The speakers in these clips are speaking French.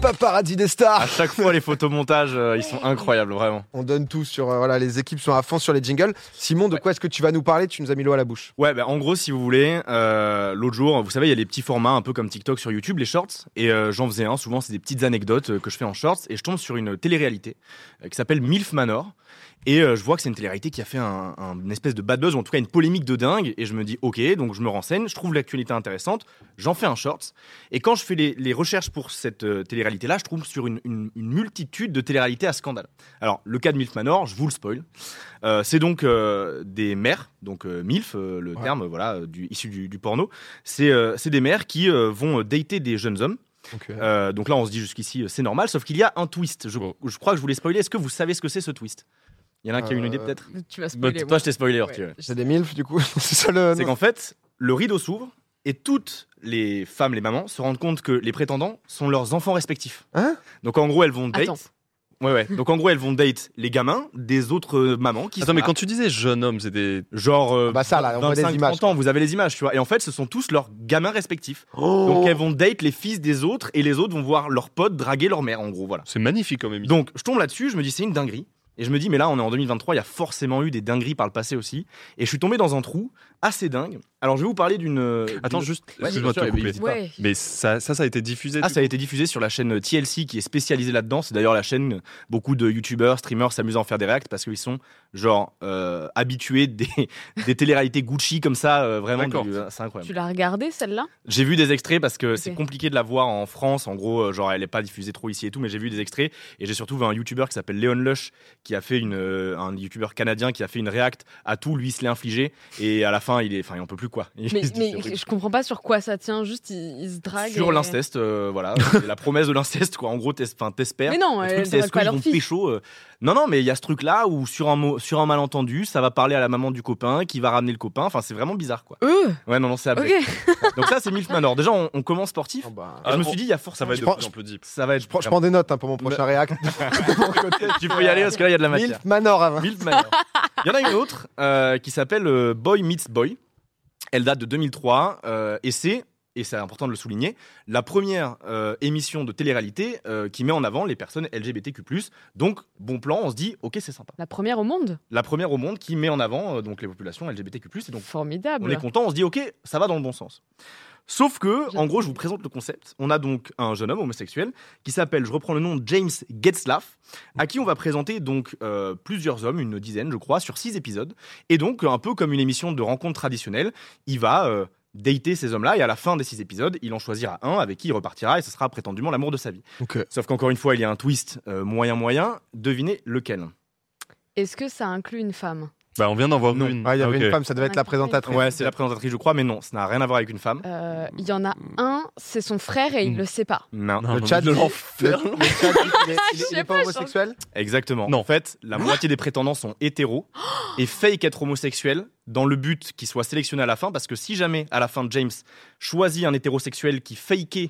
paparazzi des stars. À chaque fois, les photomontages, euh, ils sont incroyables, vraiment. On donne tout sur. euh, voilà, les équipes sont à fond sur les jingles. Simon, de quoi est-ce que tu vas nous parler Tu nous as mis l'eau à la bouche. Ouais, bah, en gros, si vous voulez, euh, l'autre jour, vous savez, il y a des petits formats un peu comme TikTok sur YouTube, les shorts. Et euh, j'en faisais un, souvent, c'est des petites anecdotes euh, que je fais en shorts. Et je tombe sur une télé-réalité euh, qui s'appelle MILF Manor. Et euh, je vois que c'est une télé-réalité qui a fait un, un- une espèce de bad buzz, ou en tout cas une polémique de dingue. Et je me dis, ok, donc je me renseigne, je trouve l'actualité intéressante, j'en fais un shorts. Et quand je fais les, les recherches pour cette euh, télé-réalité-là, je trouve sur une, une- une multitude de télé-réalités à scandale. Alors, le cas de MILF Manor, je vous le spoil. Euh, c'est donc euh, des mères, donc euh, MILF, euh, le Ouais. terme euh, voilà, euh, du, issu du, du porno, c'est euh, c'est des mères qui euh, vont euh, dater des jeunes hommes. Euh, donc là, on se dit jusqu'ici, euh, c'est normal, sauf qu'il y a un twist. Je, je crois que je voulais spoiler. Est-ce que vous savez ce que c'est ce twist Il y en a qui a une idée Euh, peut-être Tu vas Bah, spoiler. Toi, ouais. je t'ai spoilé, Ouais. Arthur. C'est des milfs du coup. c'est ça le. C'est qu'en fait, le rideau s'ouvre et toutes les femmes, les mamans, se rendent compte que les prétendants sont leurs enfants respectifs. Hein donc en gros, elles vont date. Attends. Ouais, ouais. Donc en gros, elles vont date les gamins des autres euh, mamans qui Attends, sont mais là. quand tu disais jeune homme, c'était. genre euh, Ah bah ça, là, on voit des 25, images, 30 ans, vous avez les images, tu vois. Et en fait, ce sont tous leurs gamins respectifs. Oh Donc euh, elles vont date les fils des autres et les autres vont voir leurs potes draguer leur mère, en gros, voilà. C'est magnifique quand même. Donc je tombe là-dessus, je me dis c'est une dinguerie. Et je me dis, mais là, on est en 2023, il y a forcément eu des dingueries par le passé aussi. Et je suis tombé dans un trou assez dingue. Alors, je vais vous parler d'une. euh, Attends, d'une- juste. Ouais, bien Excuse-moi de te sûr, couper. n'hésite pas. Ouais. Mais ça, ça, ça a été diffusé. Ah, du ça a été diffusé sur la chaîne TLC qui est spécialisée là-dedans. C'est d'ailleurs la chaîne, beaucoup de youtubeurs, streamers s'amusent à en faire des réacts parce qu'ils sont, genre, euh, habitués des, des téléréalités Gucci comme ça, euh, vraiment. D'accord. du- C'est incroyable. Tu l'as regardée celle-là J'ai vu des extraits parce que c'est Ok. compliqué de la voir en France. En gros, euh, genre, elle n'est pas diffusée trop ici et tout, mais j'ai vu des extraits. Et j'ai surtout vu un YouTuber qui s'appelle Léon Lush, qui a fait une, euh, un YouTuber canadien qui a fait une react à tout. Lui, il se l'est infligé. Et à la fin, il est, enfin, il en peut plus, quoi. Il Mais, se dit, mais c'est horrible. je comprends pas sur quoi ça tient. Juste, ils ils se draguent. sur et- l'inceste, euh, voilà, C'est la promesse de l'inceste, quoi. En gros, t'es- enfin, t'espères. Mais non, Le elle truc, c'est drague est-ce pas qu'ils leur vont fille. pécho euh, Non, non, mais il y a ce truc-là où sur un, mot, sur un malentendu, ça va parler à la maman du copain qui va ramener le copain. Enfin, c'est vraiment bizarre, quoi. Eux Ouais, non, non, c'est abject. Ok. Donc, ça, c'est Milf Manor. Déjà, on, on commence sportif. Oh, bah. Et je me suis dit, il y a coup. force, Ah, Ça va être Je de prends- plus en plus deep. Ça va être. Je prends, je prends des notes hein, pour mon prochain réact. tu peux y aller parce que là, il y a de la matière. Milf Manor. hein. Milf Manor. Il y en a une autre euh, qui s'appelle euh, Boy Meets Boy. Elle date de 2003 euh, et c'est, et c'est important de le souligner, la première euh, émission de télé-réalité euh, qui met en avant les personnes LGBTQ+. Donc, bon plan, on se dit, ok, c'est sympa. La première au monde La première au monde qui met en avant euh, donc les populations LGBTQ+. Et donc, on Formidable. est content, on se dit ok, ça va dans le bon sens. Sauf que, en gros, je vous présente le concept. On a donc un jeune homme homosexuel qui s'appelle, je reprends le nom, James Getzlaff, à qui on va présenter donc euh, plusieurs hommes, une dizaine, je crois, sur six épisodes. Et donc, un peu comme une émission de rencontre traditionnelle, il va euh, dater ces hommes-là et à la fin des six épisodes, il en choisira un avec qui il repartira et ce sera prétendument l'amour de sa vie. Ok. Sauf qu'encore une fois, il y a un twist euh, moyen moyen. Devinez lequel. Est-ce que ça inclut une femme Bah, on vient d'en voir Non. une. Ah, il y Ah, avait ok. une femme, ça devait être la présentatrice. Ouais, c'est la présentatrice, je crois, mais non, ça n'a rien à voir avec une femme. Euh, Il y en a Mm. un, c'est son frère et il Mm. le sait pas. Non. Non, Le mais chat de dit- Le, le l'enfer. chat dit qu'il est- il est- Ah, Je il sais est pas, pas, je homosexuel Exactement. Non. En fait, la moitié des prétendants sont hétéros et fake être homosexuel dans le but qu'il soit sélectionné à la fin. Parce que si jamais, à la fin, James choisit un hétérosexuel qui fakeait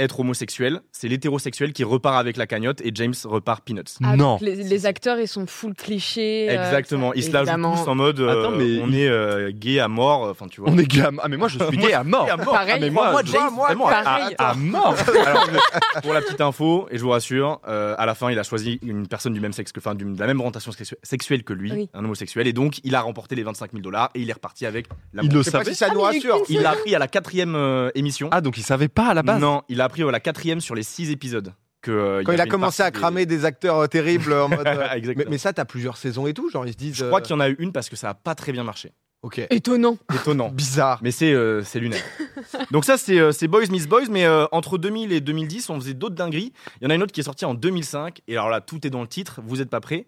être homosexuel, c'est l'hétérosexuel qui repart avec la cagnotte et James repart peanuts. Ah, Non. donc Les, les acteurs, ils sont full clichés. euh, Exactement. ça, Ils se la jouent évidemment. tous en mode euh, Attends, mais on est euh, gay à mort. Enfin, tu vois. On est gamme. Ah, mais moi, je suis gay à mort. Gay à mort. Pareil, Ah, mais Moi, moi, James, moi, vraiment, à- pareil. à, à mort. Alors, pour la petite info, et je vous rassure, euh, à la fin, il a choisi une personne du même sexe, que- enfin, d'une- de la même orientation sexu- sexuelle que lui, Oui. un homosexuel, et donc il a remporté les 25 000 dollars et il est reparti avec la. Il moitié. le Je sais pas savait. si ça nous Ah, mais il est rassure. Il l'a appris à la quatrième euh, émission. Ah, donc il savait pas à la base. non, il l'a appris à la quatrième sur les six épisodes. Que, euh, Quand il avait a une commencé à partie des- cramer des acteurs euh, terribles en mode. euh, mais, Exactement. mais ça, t'as plusieurs saisons et tout, genre ils se disent. euh, je crois qu'il y en a eu une parce que ça a pas très bien marché. Ok. Étonnant. Étonnant. Bizarre. Mais c'est euh, c'est lunaire. Donc ça, c'est euh, c'est Boys Miss Boys, mais euh, entre 2000 et 2010, on faisait d'autres dingueries. Il y en a une autre qui est sortie en 2005, et alors là, tout est dans le titre, vous n'êtes pas prêts.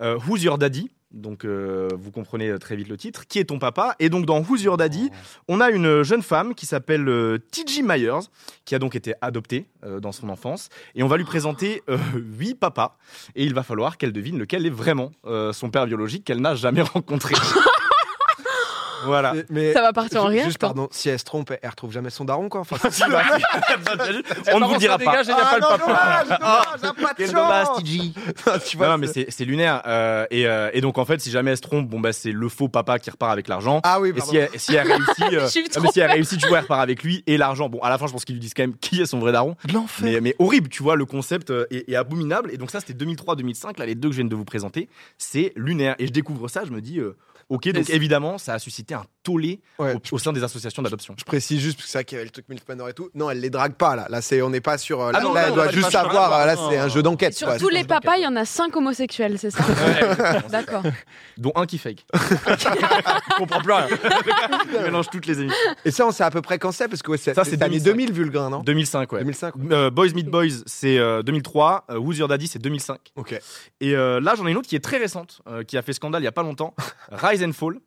Euh, Who's Your Daddy donc, euh, vous comprenez très vite le titre. Qui est ton papa Et donc, dans Who's Your Daddy, on a une euh, jeune femme qui s'appelle euh, T.J. Myers, qui a donc été adoptée euh, dans son enfance. Et on va lui présenter euh, huit papas. Et il va falloir qu'elle devine lequel est vraiment euh, son père biologique qu'elle n'a jamais rencontré. Voilà. Mais Ça va partir en ju- Ah, rien. Juste, quoi. pardon, si elle se trompe, elle retrouve jamais son daron, quoi. Enfin, Bah, c'est- Eh, On ne vous le dira Ah, pas. il n'y a pas le non, papa. dommage, dommage, la patte Quel chance. dommage, TJ. Enfin, tu vois, Non, mais c'est c'est lunaire. euh, et, euh, et donc, en fait, si jamais elle se trompe, bon, bah, c'est le faux papa qui repart avec l'argent. Ah oui, Et pardon. si elle, et si elle réussit, euh, Je suis non, mais si elle trop réussit, tu vois, elle repart avec lui et l'argent. Bon, à la fin, je pense qu'ils lui disent quand même qui est son vrai daron. L'enfer. Mais, mais horrible, tu vois, le concept euh, est, est abominable. Et donc, ça, c'était 2003-2005. Là, les deux que je viens de vous présenter, c'est lunaire. Et je découvre ça, je me dis, euh, ok, donc c'est- évidemment, ça a suscité un tollé Ouais. au, au sein des associations d'adoption. Je précise juste parce que c'est vrai qu'il y avait le truc Milf Manor et tout. Non, elle les drague pas là. Là, c'est on n'est pas sur. euh, Ah là, non, là, non, elle non, doit on est juste pas sur un savoir. rapport, euh, Là, non. c'est un jeu d'enquête. Sur quoi. tous les papas, il y en a 5 homosexuels, c'est ça D'accord. Dont un qui fake. Je comprends plus rien. Je mélange toutes les émissions. Et ça, on sait à peu près quand c'est parce que ouais, c'est Ça, c'est l'année 2005. 2000 Vulgain, non 2005, ouais. 2005. ouais. Euh, Boys Meet Boys, c'est euh, 2003. Euh, Who's Your Daddy, c'est 2005. Ok. Et euh, là, j'en ai une autre qui est très récente, euh, qui a fait scandale il y a pas longtemps. Rise and Fall.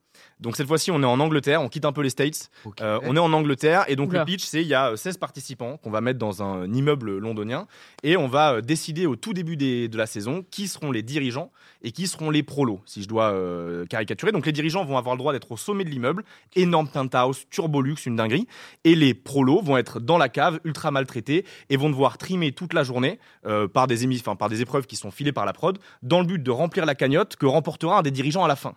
Donc cette fois-ci, on est en Angleterre, on quitte un peu les States. Euh, on est en Angleterre et donc Oula. le pitch, c'est il y a euh, 16 participants qu'on va mettre dans un immeuble londonien et on va euh, décider au tout début des- de la saison qui seront les dirigeants et qui seront les prolos, si je dois euh, caricaturer. Donc les dirigeants vont avoir le droit d'être au sommet de l'immeuble, énorme penthouse, turbo luxe, une dinguerie, et les prolos vont être dans la cave, ultra maltraités et vont devoir trimer toute la journée euh, par, des émis, enfin, par des épreuves qui sont filées par la prod dans le but de remplir la cagnotte que remportera un des dirigeants à la fin.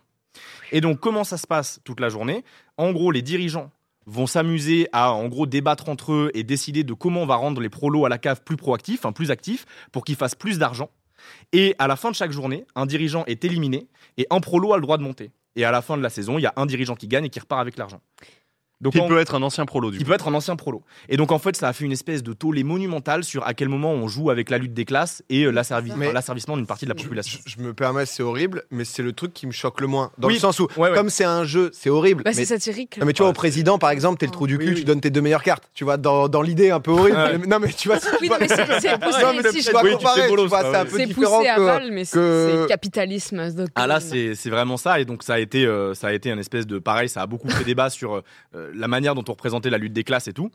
Et donc comment ça se passe toute la journée En gros, les dirigeants vont s'amuser à en gros débattre entre eux et décider de comment on va rendre les prolos à la cave plus proactifs, hein, plus actifs, pour qu'ils fassent plus d'argent. Et à la fin de chaque journée, un dirigeant est éliminé et un prolo a le droit de monter. Et à la fin de la saison, il y a un dirigeant qui gagne et qui repart avec l'argent. Donc Qui en- peut être un ancien prolo du qui coup. peut être un ancien prolo. Et donc en fait, ça a fait une espèce de tollé monumental sur à quel moment on joue avec la lutte des classes et euh, l'asservi- Mais- enfin, l'asservissement d'une partie de la Je- population. Eh, Je, je me permets, c'est horrible, mais c'est le truc qui me choque le moins. Dans Oui. le sens où, Ouais, ouais. comme c'est un jeu, c'est horrible. Bah, mais... c'est satirique. Non, Ah, mais tu vois, Ouais, au président, par exemple, t'es le trou du Oh, Oui, cul, oui. tu donnes tes deux meilleures cartes. Tu vois, dans, dans l'idée un peu horrible. Ouais. Non, mais tu vois, c'est Oui, non, mais c'est c'est poussé, Non, mais si, je tu vois, Oui, tu comparer, fais bolos, tu vois, ça, c'est un oui. peu C'est différent poussé à que. balle, mais c'est que- c'est capitalisme. ce Ah là, dogme. c'est c'est vraiment ça. Et donc, ça a été, euh, ça a été un espèce de pareil. Ça a beaucoup fait débat sur euh, la manière dont on représentait la lutte des classes et tout.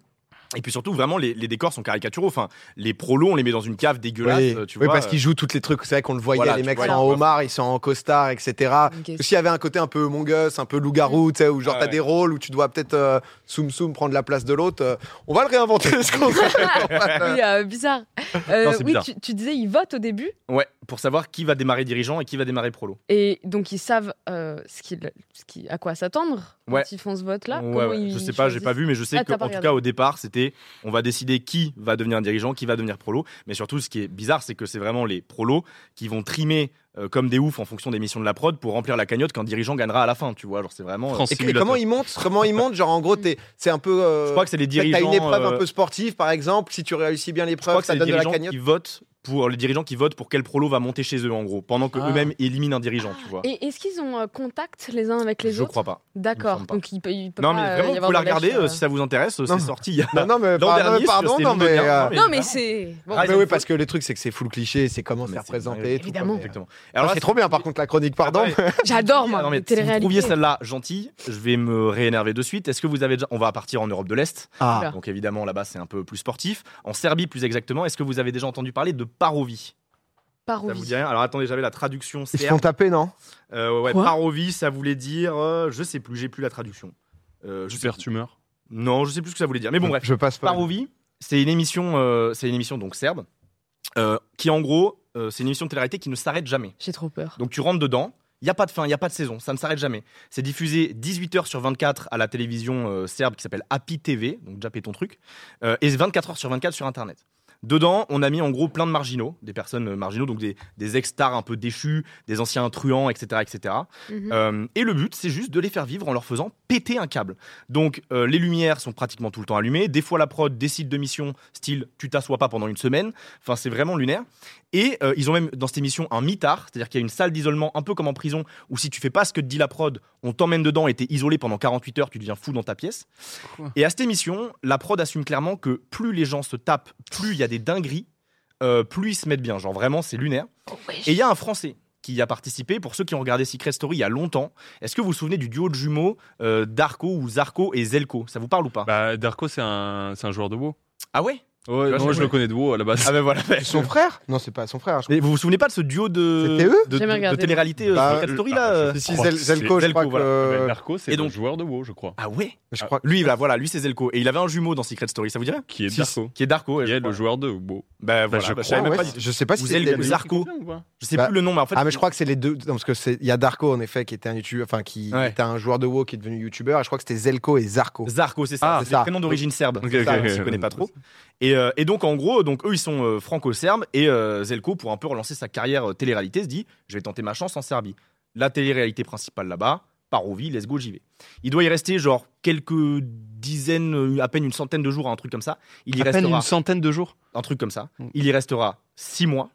Et puis surtout, vraiment, les, les décors sont caricaturaux. Enfin, les prolos, on les met dans une cave dégueulasse. Oui, euh, tu Oui, vois, parce euh, qu'ils jouent tous les trucs. C'est vrai qu'on le voyait, Voilà, les tu mecs vois, sont en voilà. homard, ils sont en costard, etc. Ok. S'il y avait un côté un peu mongus, un peu loup-garou, tu sais, où genre Ouais, t'as ouais. des rôles où tu dois peut-être euh, soum soum prendre la place de l'autre, euh, on va le réinventer ce concept. Ah. Oui, euh, bizarre. Euh, Non, c'est oui, bizarre. Tu, tu disais, ils votent au début euh, Ouais, pour savoir qui va démarrer dirigeant et qui va démarrer prolo. et donc ils savent euh, ce qu'ils- ce qui, à quoi s'attendre Ouais. quand ils font ce vote-là. Ouais, Comment ouais. ils Je sais pas, j'ai choisissent pas vu, mais je sais Ah, que t'as pas qu'en tout regardé. cas, au départ, c'était on va décider qui va devenir un dirigeant, qui va devenir prolo. Mais surtout, ce qui est bizarre, c'est que c'est vraiment les prolos qui vont trimer euh, comme des oufs en fonction des missions de la prod pour remplir la cagnotte qu'un dirigeant gagnera à la fin. Tu vois, genre, c'est vraiment. euh, France Et, et Simulator. comment ils montent Comment ils montent Genre en gros, t'es- c'est un peu. euh, je crois que c'est les dirigeants. T'as une épreuve euh, un peu sportive, par exemple. Si tu réussis bien Je crois l'épreuve, que c'est ça les donne de la dirigeants cagnotte. qui votent pour les dirigeants qui votent pour quel prolo va monter chez eux en gros, pendant que Ah. eux-mêmes éliminent un dirigeant, tu vois. Et est-ce qu'ils ont euh, contact les uns avec les je autres crois pas. D'accord. semble pas. Donc il peut, il peut Non pas, mais euh, vraiment, y vous avoir pouvez la de lèche, regarder euh. euh, si ça vous intéresse. euh, Non. C'est sorti il y a Non, non, mais l'an pardon, dernier. sur pardon, ces non, mais. Londoniens. euh, Non, mais c'est. mais Ah, bon, oui, Eisenhower. parce que le truc, c'est que c'est full cliché, c'est comment Mais c'est c'est représenté. et tout, Évidemment. quoi. Exactement. Et Alors, là, c'est trop bien, par contre, la chronique, pardon. Ah ouais. J'adore, moi, Ah non, mais les si vous téléréalités. trouviez celle-là gentille, je vais me réénerver de suite. Est-ce que vous avez déjà On va partir en Europe de l'Est. Ah. Donc évidemment là-bas c'est un peu plus sportif. En Serbie plus exactement, est-ce que vous avez déjà entendu parler de Parovi Ça vous Parouvi. dit rien Alors attendez, j'avais la traduction Ils se font serbe. taper, non Euh, ouais, ouais, Quoi Parovi, ça voulait dire euh, je sais plus, j'ai plus la traduction. Euh, je sais Super tumeur. Non, je sais plus ce que ça voulait dire. Mais bon, bref. Je passe pas. Parovi, c'est une émission, euh, c'est une émission donc serbe, euh, qui en gros, euh, c'est une émission de télé-réalité qui ne s'arrête jamais. J'ai trop peur. Donc tu rentres dedans, il n'y a pas de fin, il n'y a pas de saison, ça ne s'arrête jamais. C'est diffusé 18h sur 24 à la télévision euh, serbe qui s'appelle Happy TV, donc déjà ton truc, euh, et 24h sur 24 sur Internet. Dedans, on a mis en gros plein de marginaux, des personnes euh, marginaux, donc des, des ex-stars un peu déchus, des anciens truands, etc. etc. Mhm. Euh, et le but, c'est juste de les faire vivre en leur faisant péter un câble. Donc, euh, les lumières sont pratiquement tout le temps allumées. Des fois, la prod décide de mission, style tu t'assois pas pendant une semaine. Enfin, c'est vraiment lunaire. Et euh, ils ont même dans cette émission un mitard, c'est-à-dire qu'il y a une salle d'isolement un peu comme en prison où si tu fais pas ce que te dit la prod, on t'emmène dedans et t'es isolé pendant 48 heures, tu deviens fou dans ta pièce. Quoi Et à cette émission, la prod assume clairement que plus les gens se tapent, plus il y a des dingueries, euh, plus ils se mettent bien. Genre, vraiment, c'est lunaire. Et il y a un Français qui y a participé. Pour ceux qui ont regardé Secret Story il y a longtemps, est-ce que vous vous souvenez du duo de jumeaux euh, Darko ou Zarko et Zelko Ça vous parle ou pas Bah, Darko, c'est un, c'est un joueur de WoW. Ah ouais Ouais, Moi, non, je le connais de haut à la base. Ah ben voilà. Son frère Non, c'est pas son frère. je crois. Et vous vous souvenez pas de ce duo de C'était eux de, Jamais de, de regardé. télé-réalité euh, Bah, Secret le- Story ah, là euh. je sais Si, Oh, Zel- c'est Zelko, je Zelko, crois voilà. que. Narco, c'est et le donc- joueur de WoW, je crois. Ah ouais. Je crois. Lui là, voilà, lui c'est Zelko et il avait un jumeau dans Secret Story, ça vous dirait Qui est Si, Darko. Qui est Darko ouais, Il je est crois. le joueur de WoW. Bah voilà, je bah, je Ouais, savais même ouais, pas c'est- je sais pas si Vous c'est êtes les- les- les- Zarco. Je sais Bah, plus le nom mais en fait Ah mais je crois que c'est les deux non, parce que c'est il y a Darko en effet qui était un youtubeur enfin qui Ouais. était un joueur de WoW qui est devenu youtubeur et je crois que c'était Zelko et Zarko. Zarko, c'est ça, Ah, c'est ça. le prénom d'origine serbe. Ok, C'est ça, ok, on ok. s'y connaît pas trop. Et, euh, et donc en gros, donc eux ils sont euh, franco-serbes et euh, Zelko pour un peu relancer sa carrière euh, télé-réalité se dit je vais tenter ma chance en Serbie. La télé-réalité principale là-bas, Parovi, let's go, j'y vais. Il doit y rester genre quelques dizaines, euh, à peine une centaine de jours, un truc comme ça. Il y à peine restera une centaine de jours. un truc comme ça. Mm. Il y restera 6 mois.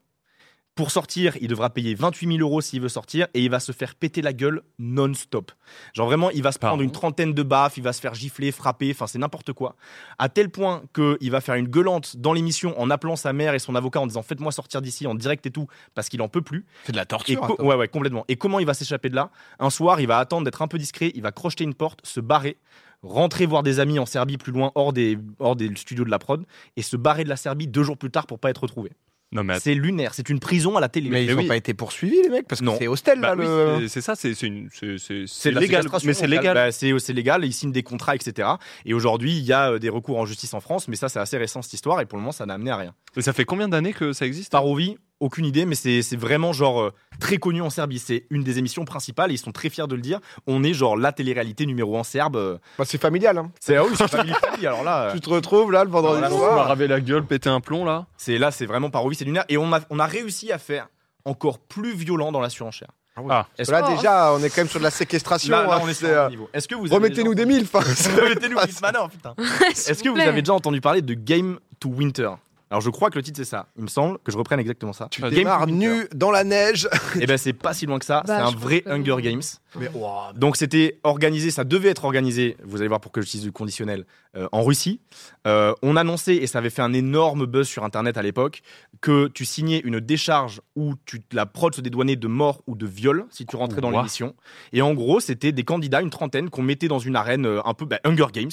Pour sortir, il devra payer 28 000 euros s'il veut sortir et il va se faire péter la gueule non-stop. Genre vraiment, il va se Pardon prendre une trentaine de baffes, il va se faire gifler, frapper, enfin c'est n'importe quoi. À tel point qu'il va faire une gueulante dans l'émission en appelant sa mère et son avocat en disant faites-moi sortir d'ici en direct et tout parce qu'il en peut plus. C'est de la Et torture. co- hein. ouais, ouais, complètement. Et comment il va s'échapper de là Un soir, il va attendre d'être un peu discret, il va crocheter une porte, se barrer, rentrer voir des amis en Serbie plus loin, hors des, hors des studios de la prod, et se barrer de la Serbie deux jours plus tard pour pas être retrouvé. Non, mais C'est lunaire, c'est une prison à la télé. Mais ils Mais n'ont oui. pas été poursuivis les mecs parce que Non. c'est hostel là Bah oui, le- c'est- c'est ça, c'est c'est une- c'est- c'est- C'est c'est de la légal. séquestration Mais c'est locale. légal. Bah, c'est c'est légal, ils signent des contrats, etc. Et aujourd'hui, il y a euh, des recours en justice en France, mais ça, c'est assez récent cette histoire, et pour le moment, ça n'a amené à rien. Et Bah, ça fait combien d'années que ça existe hein Parovi, aucune idée, mais c'est c'est vraiment genre euh, très connu en Serbie. C'est une des émissions principales, et ils sont très fiers de le dire. On est genre la télé-réalité numéro un serbe. euh, Bah, c'est familial hein. C'est ah oui, c'est Family Friendly, Alors là, euh, Tu te retrouves là le vendredi Alors là, On m'a soir. ravé la gueule, pété un plomb là. c'est là, c'est vraiment parodie, c'est lunaire. Et on a, on a réussi à faire encore plus violent dans la surenchère. Ah. Est-ce Là Oh. déjà on est quand même sur de la séquestration. Là, là, hein, on est c'est, sur un euh, autre niveau. Est-ce que vous avez Remettez-nous déjà- des mille. Enfin, Remettez-nous Miss Manor, putain. Est-ce que vous avez déjà entendu parler de Game to Winter Alors je crois que le titre c'est ça. Il me semble que je reprenne exactement ça. Euh, tu Game démarres to Winter. nu dans la neige. Et ben c'est pas si loin que ça. Bah, c'est un je vrai pense que- Hunger Games. Mais ouah, Donc c'était organisé, ça devait être organisé, vous allez voir pourquoi j'utilise le conditionnel, euh, en Russie. Euh, on annonçait, et ça avait fait un énorme buzz sur Internet à l'époque, que tu signais une décharge où tu, la prod se dédouanait de mort ou de viol si tu rentrais dans Ouah. l'émission. Et en gros, c'était des candidats, une trentaine, qu'on mettait dans une arène euh, un peu bah, Hunger Games,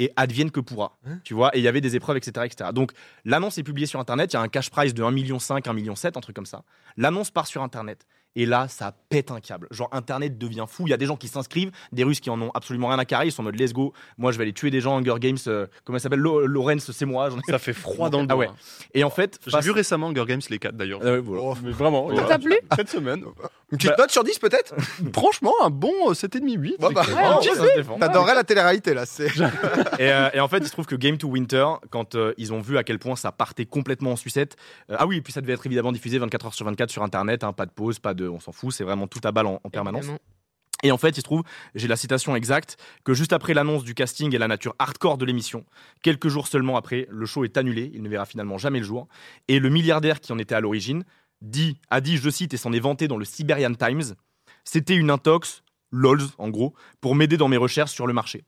et advienne que pourra. Hein Tu vois, et il y avait des épreuves, etc. etc. Donc l'annonce est publiée sur Internet, il y a un cash prize de 1,5 million, 1,7 million, un truc comme ça. L'annonce part sur Internet. Et là, ça pète un câble. Genre, Internet devient fou. Il y a des gens qui s'inscrivent, des Russes qui en ont absolument rien à carrer. Ils sont en mode, let's go. Moi, je vais aller tuer des gens. Hunger Games, euh, comment ça s'appelle Lo- Lorenz, c'est moi. J'en ai- Ça fait froid dans le Ah dos. ouais. hein. Et en fait, J'ai face- vu récemment Hunger Games les 4 d'ailleurs. Ah ouais, voilà. oh. Mais vraiment, Ça voilà. t'a plu cette semaine. Bah Une petite note sur 10 peut-être Franchement, un bon euh, 7,5-8. Bon, bah, Ah, on ouais, ça se défend. T'adorerais la télé-réalité là. C'est et, euh, et en fait, il se trouve que Game to Winter, quand euh, ils ont vu à quel point ça partait complètement en sucette, euh, ah oui, et puis ça devait être évidemment diffusé 24 heures sur 24 sur Internet, hein, pas de pause, pas de, on s'en fout, c'est vraiment tout à balle en- en permanence. Et en fait, il se trouve, j'ai la citation exacte, que juste après l'annonce du casting et la nature hardcore de l'émission, quelques jours seulement après, le show est annulé, il ne verra finalement jamais le jour, et le milliardaire qui en était à l'origine dit, a dit, je cite, et s'en est vanté dans le Siberian Times, c'était une intox, lols en gros, pour m'aider dans mes recherches sur le marché.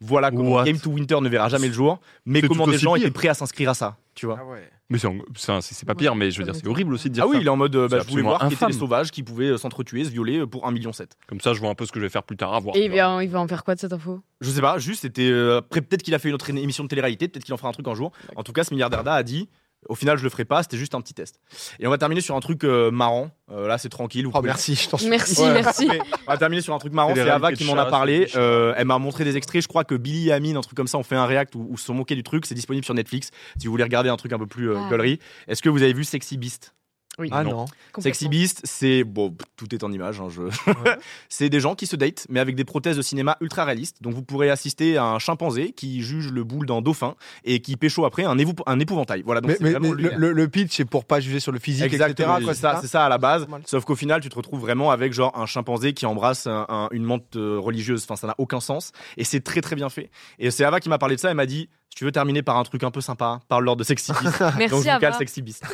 Voilà comment What Game to Winter ne verra jamais le jour, mais C'est comment tout des aussi gens pire. Ah étaient prêts à s'inscrire à ça, tu vois. Ah Mais c'est en- c'est un- c'est- c'est pas pire, mais je veux dire, c'est horrible aussi de dire Ah oui, ça. il est en mode, euh, bah, je voulais C'est absolument voir qui étaient les infâme. sauvages qui pouvaient euh, s'entretuer, se violer euh, pour 1,7 million. Comme ça, je vois un peu ce que je vais faire plus tard à voir. Et il va, en- il va en faire quoi de cette info Je sais pas, juste c'était. euh, après, peut-être qu'il a fait une autre émission de télé-réalité, peut-être qu'il en fera un truc un jour. En tout cas, ce milliardaire là a dit. Au final, je le ferai pas, c'était juste un petit test. Et on va terminer sur un truc euh, marrant. Euh, là, c'est tranquille. vous Oh pouvez- merci, je t'en supplie. Merci, Ouais. merci. Mais on va terminer sur un truc marrant. Et les C'est Ava réalités qui de m'en a chat, parlé. c'est des Euh, elle m'a montré des extraits. Je crois que Billy et Amine, un truc comme ça, ont fait un react où, où se sont moqués du truc. C'est disponible sur Netflix. Si vous voulez regarder un truc un peu plus euh, Ah. gaulerie. Est-ce que vous avez vu Sexy Beast Oui. Ah Non. non. Sexy complètement. Beast, c'est. Bon, pff, tout est en image, hein, je- c'est des gens qui se datent, mais avec des prothèses de cinéma ultra réalistes. Donc vous pourrez assister à un chimpanzé qui juge le boule d'un dauphin et qui pécho après un, évou- un épouvantail. Voilà, donc Mais, c'est mais- vraiment mais lunaire. le, le- le pitch c'est pour pas juger sur le physique, Exactement, etc. c'est ça, c'est ça à la base. Normal. Sauf qu'au final, tu te retrouves vraiment avec genre un chimpanzé qui embrasse un- un- une menthe euh, religieuse. Enfin, ça n'a aucun sens. Et c'est très très bien fait. Et c'est Ava qui m'a parlé de ça. Elle m'a dit si tu veux terminer par un truc un peu sympa, parle-leur de Sexy Beast. donc Merci je vous cale Ava. Sexy Beast.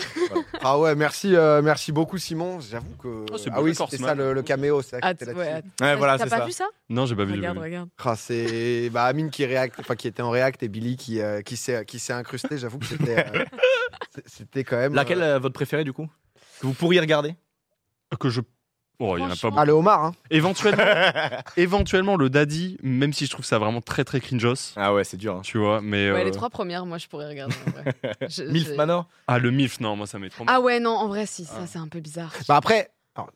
Ah ouais, merci, euh, merci beaucoup Simon. J'avoue que Oh, Ah, c'est ah beau, oui, d'accord, c'était ce ça le, matin. le caméo, c'est vrai que Att- c'était ouais, là-dessus. att- Ouais, voilà, T'as c'est pas ça. vu ça Non, j'ai pas vu. j'ai Regarde, pas vu. regarde. Ah, c'est bah, Amine qui réacte, enfin qui était en réact et Billy qui euh, qui s'est qui s'est incrusté. J'avoue que c'était euh, c'est- c'était quand même. euh, Laquelle euh, votre préférée du coup Que vous pourriez regarder Que je Oh, il y en a pas Franchement. beaucoup. Ah, le homard, hein. Éventuellement, éventuellement, le daddy, même si je trouve ça vraiment très très cringeos, Ah ouais, c'est dur. hein. tu vois, mais. Ouais, euh, les trois premières, moi, je pourrais regarder. en vrai. Je- Milf je- Manor Ah, le MILF, non, moi ça m'est trop mal. Ah ouais, non, en vrai, si, ça, Ah. c'est un peu bizarre. Bah après, alors,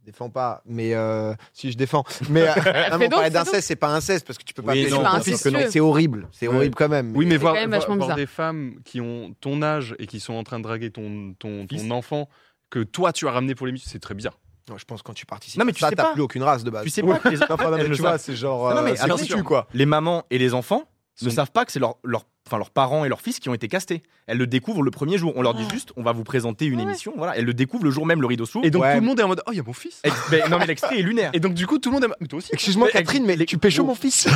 je défends pas, mais euh, si je défends. Mais euh, non, mais donc, on parlait fais d'inceste, c'est pas inceste parce que tu peux pas. Oui, pécho, non, parce c'est pas que non, incestueux. c'est horrible, c'est Ouais. horrible quand même. Oui, mais voir, quand même voir- vachement voir bizarre. des femmes qui ont ton âge et qui sont en train de draguer ton, ton, ton Fils. enfant que toi tu as ramené pour l'émission, c'est très bizarre. Non, je pense quand tu participes. Non, mais à tu ça, sais t'as pas. plus aucune race de base. Tu sais pas que les, Enfin, non, mais Elles le tu vois, savent. c'est genre. Non, non, euh, mais c'est alors, foutu, sûr. quoi. les mamans et les enfants ne Sont- savent pas que c'est leur, leur- enfin, leurs parents et leurs fils qui ont été castés. Elles le découvrent le premier jour. On leur dit Ah. juste, on va vous présenter une Ouais. émission. Voilà. Elles le découvrent le jour même, le rideau s'ouvre. Et donc Ouais. tout le monde est en mode Oh, il y a mon fils Ex- ben, non, mais l'extrait est lunaire. Et donc du coup, tout le monde est. en mode, Mais toi aussi Excuse-moi, Mais- Catherine, mais tu pécho Oh. mon fils.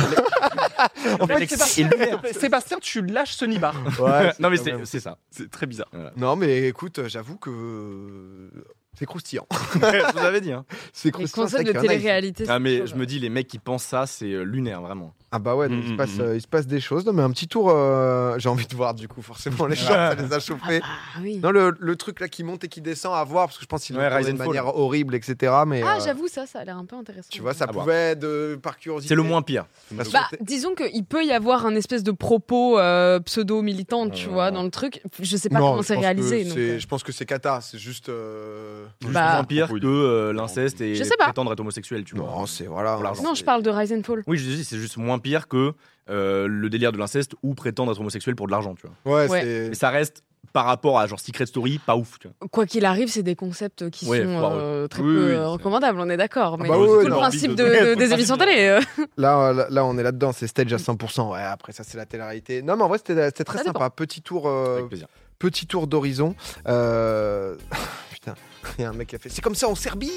Non, mais l'extrait est lunaire. Sébastien, tu lâches ce nibar. Ouais, Non, mais quand même- c'est c'est ça. C'est très bizarre. Non, mais écoute, euh, j'avoue que. euh, C'est croustillant. je vous avais dit. hein. C'est Les croustillant. c'est vrai concepts de qu'il y en a, ils- télé-réalité. Ah, c'est mais chaud, je me dis, les mecs qui pensent ça, c'est euh, lunaire, vraiment. Ah bah ouais, donc il, se Mm, passe, mm, euh, il se passe des choses. Non, mais un petit tour, euh, j'ai envie de voir du coup, forcément, les gens, ça les a chauffés. Ah oui. Non, le, le truc là qui monte et qui descend à voir, parce que je pense qu'il Ouais, le tourné Rise de and Fall. manière horrible, etc. Mais Ah, euh, j'avoue, ça, ça a l'air un peu intéressant. tu vois, ça À voir. pouvait être euh, par curiosité. C'est le moins pire. Parce que Bah, t'es- disons qu'il peut y avoir un espèce de propos euh, pseudo-militant, tu Euh, vois, dans le truc. Je sais pas Non, comment je c'est pense que réalisé. donc, c'est- euh, Je pense que c'est cata, c'est juste. euh, Juste Bah. moins pire que euh, l'inceste et Je sais pas. prétendre être homosexuel, tu vois. Non, c'est voilà. Pour l'argent. Non, je parle de Rise and Fall. Oui, je dis, c'est juste moins pire que euh, le délire de l'inceste ou prétendre être homosexuel pour de l'argent, tu vois. Ouais, Ouais. c'est. Mais ça reste par rapport à genre Secret Story, pas ouf, tu vois. Quoi qu'il arrive, c'est des concepts qui Ouais, sont foireux. euh, très Oui, peu oui, euh, c'est- recommandables, on est d'accord. Mais bah c'est oui, tout le non. principe Envie de, de- de- Ouais, pour le des principe émissions de- télé. euh. Là, euh, là, là, on est là-dedans, c'est stage à 100%. Ouais, après, ça, c'est la télé-réalité. Non, mais en vrai, c'était c'était très Ça dépend. sympa. Petit tour, euh, Avec plaisir. petit tour d'horizon. Euh, Putain, il y a un mec qui a fait. C'est comme ça en Serbie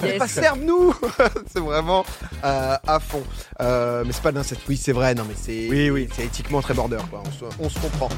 On n'est Yes. pas serbe, nous C'est vraiment euh, à fond. Euh, mais c'est pas de l'inceste. Oui, c'est vrai, non, mais c'est Oui, oui. c'est éthiquement très border, quoi. On se, on se comprend.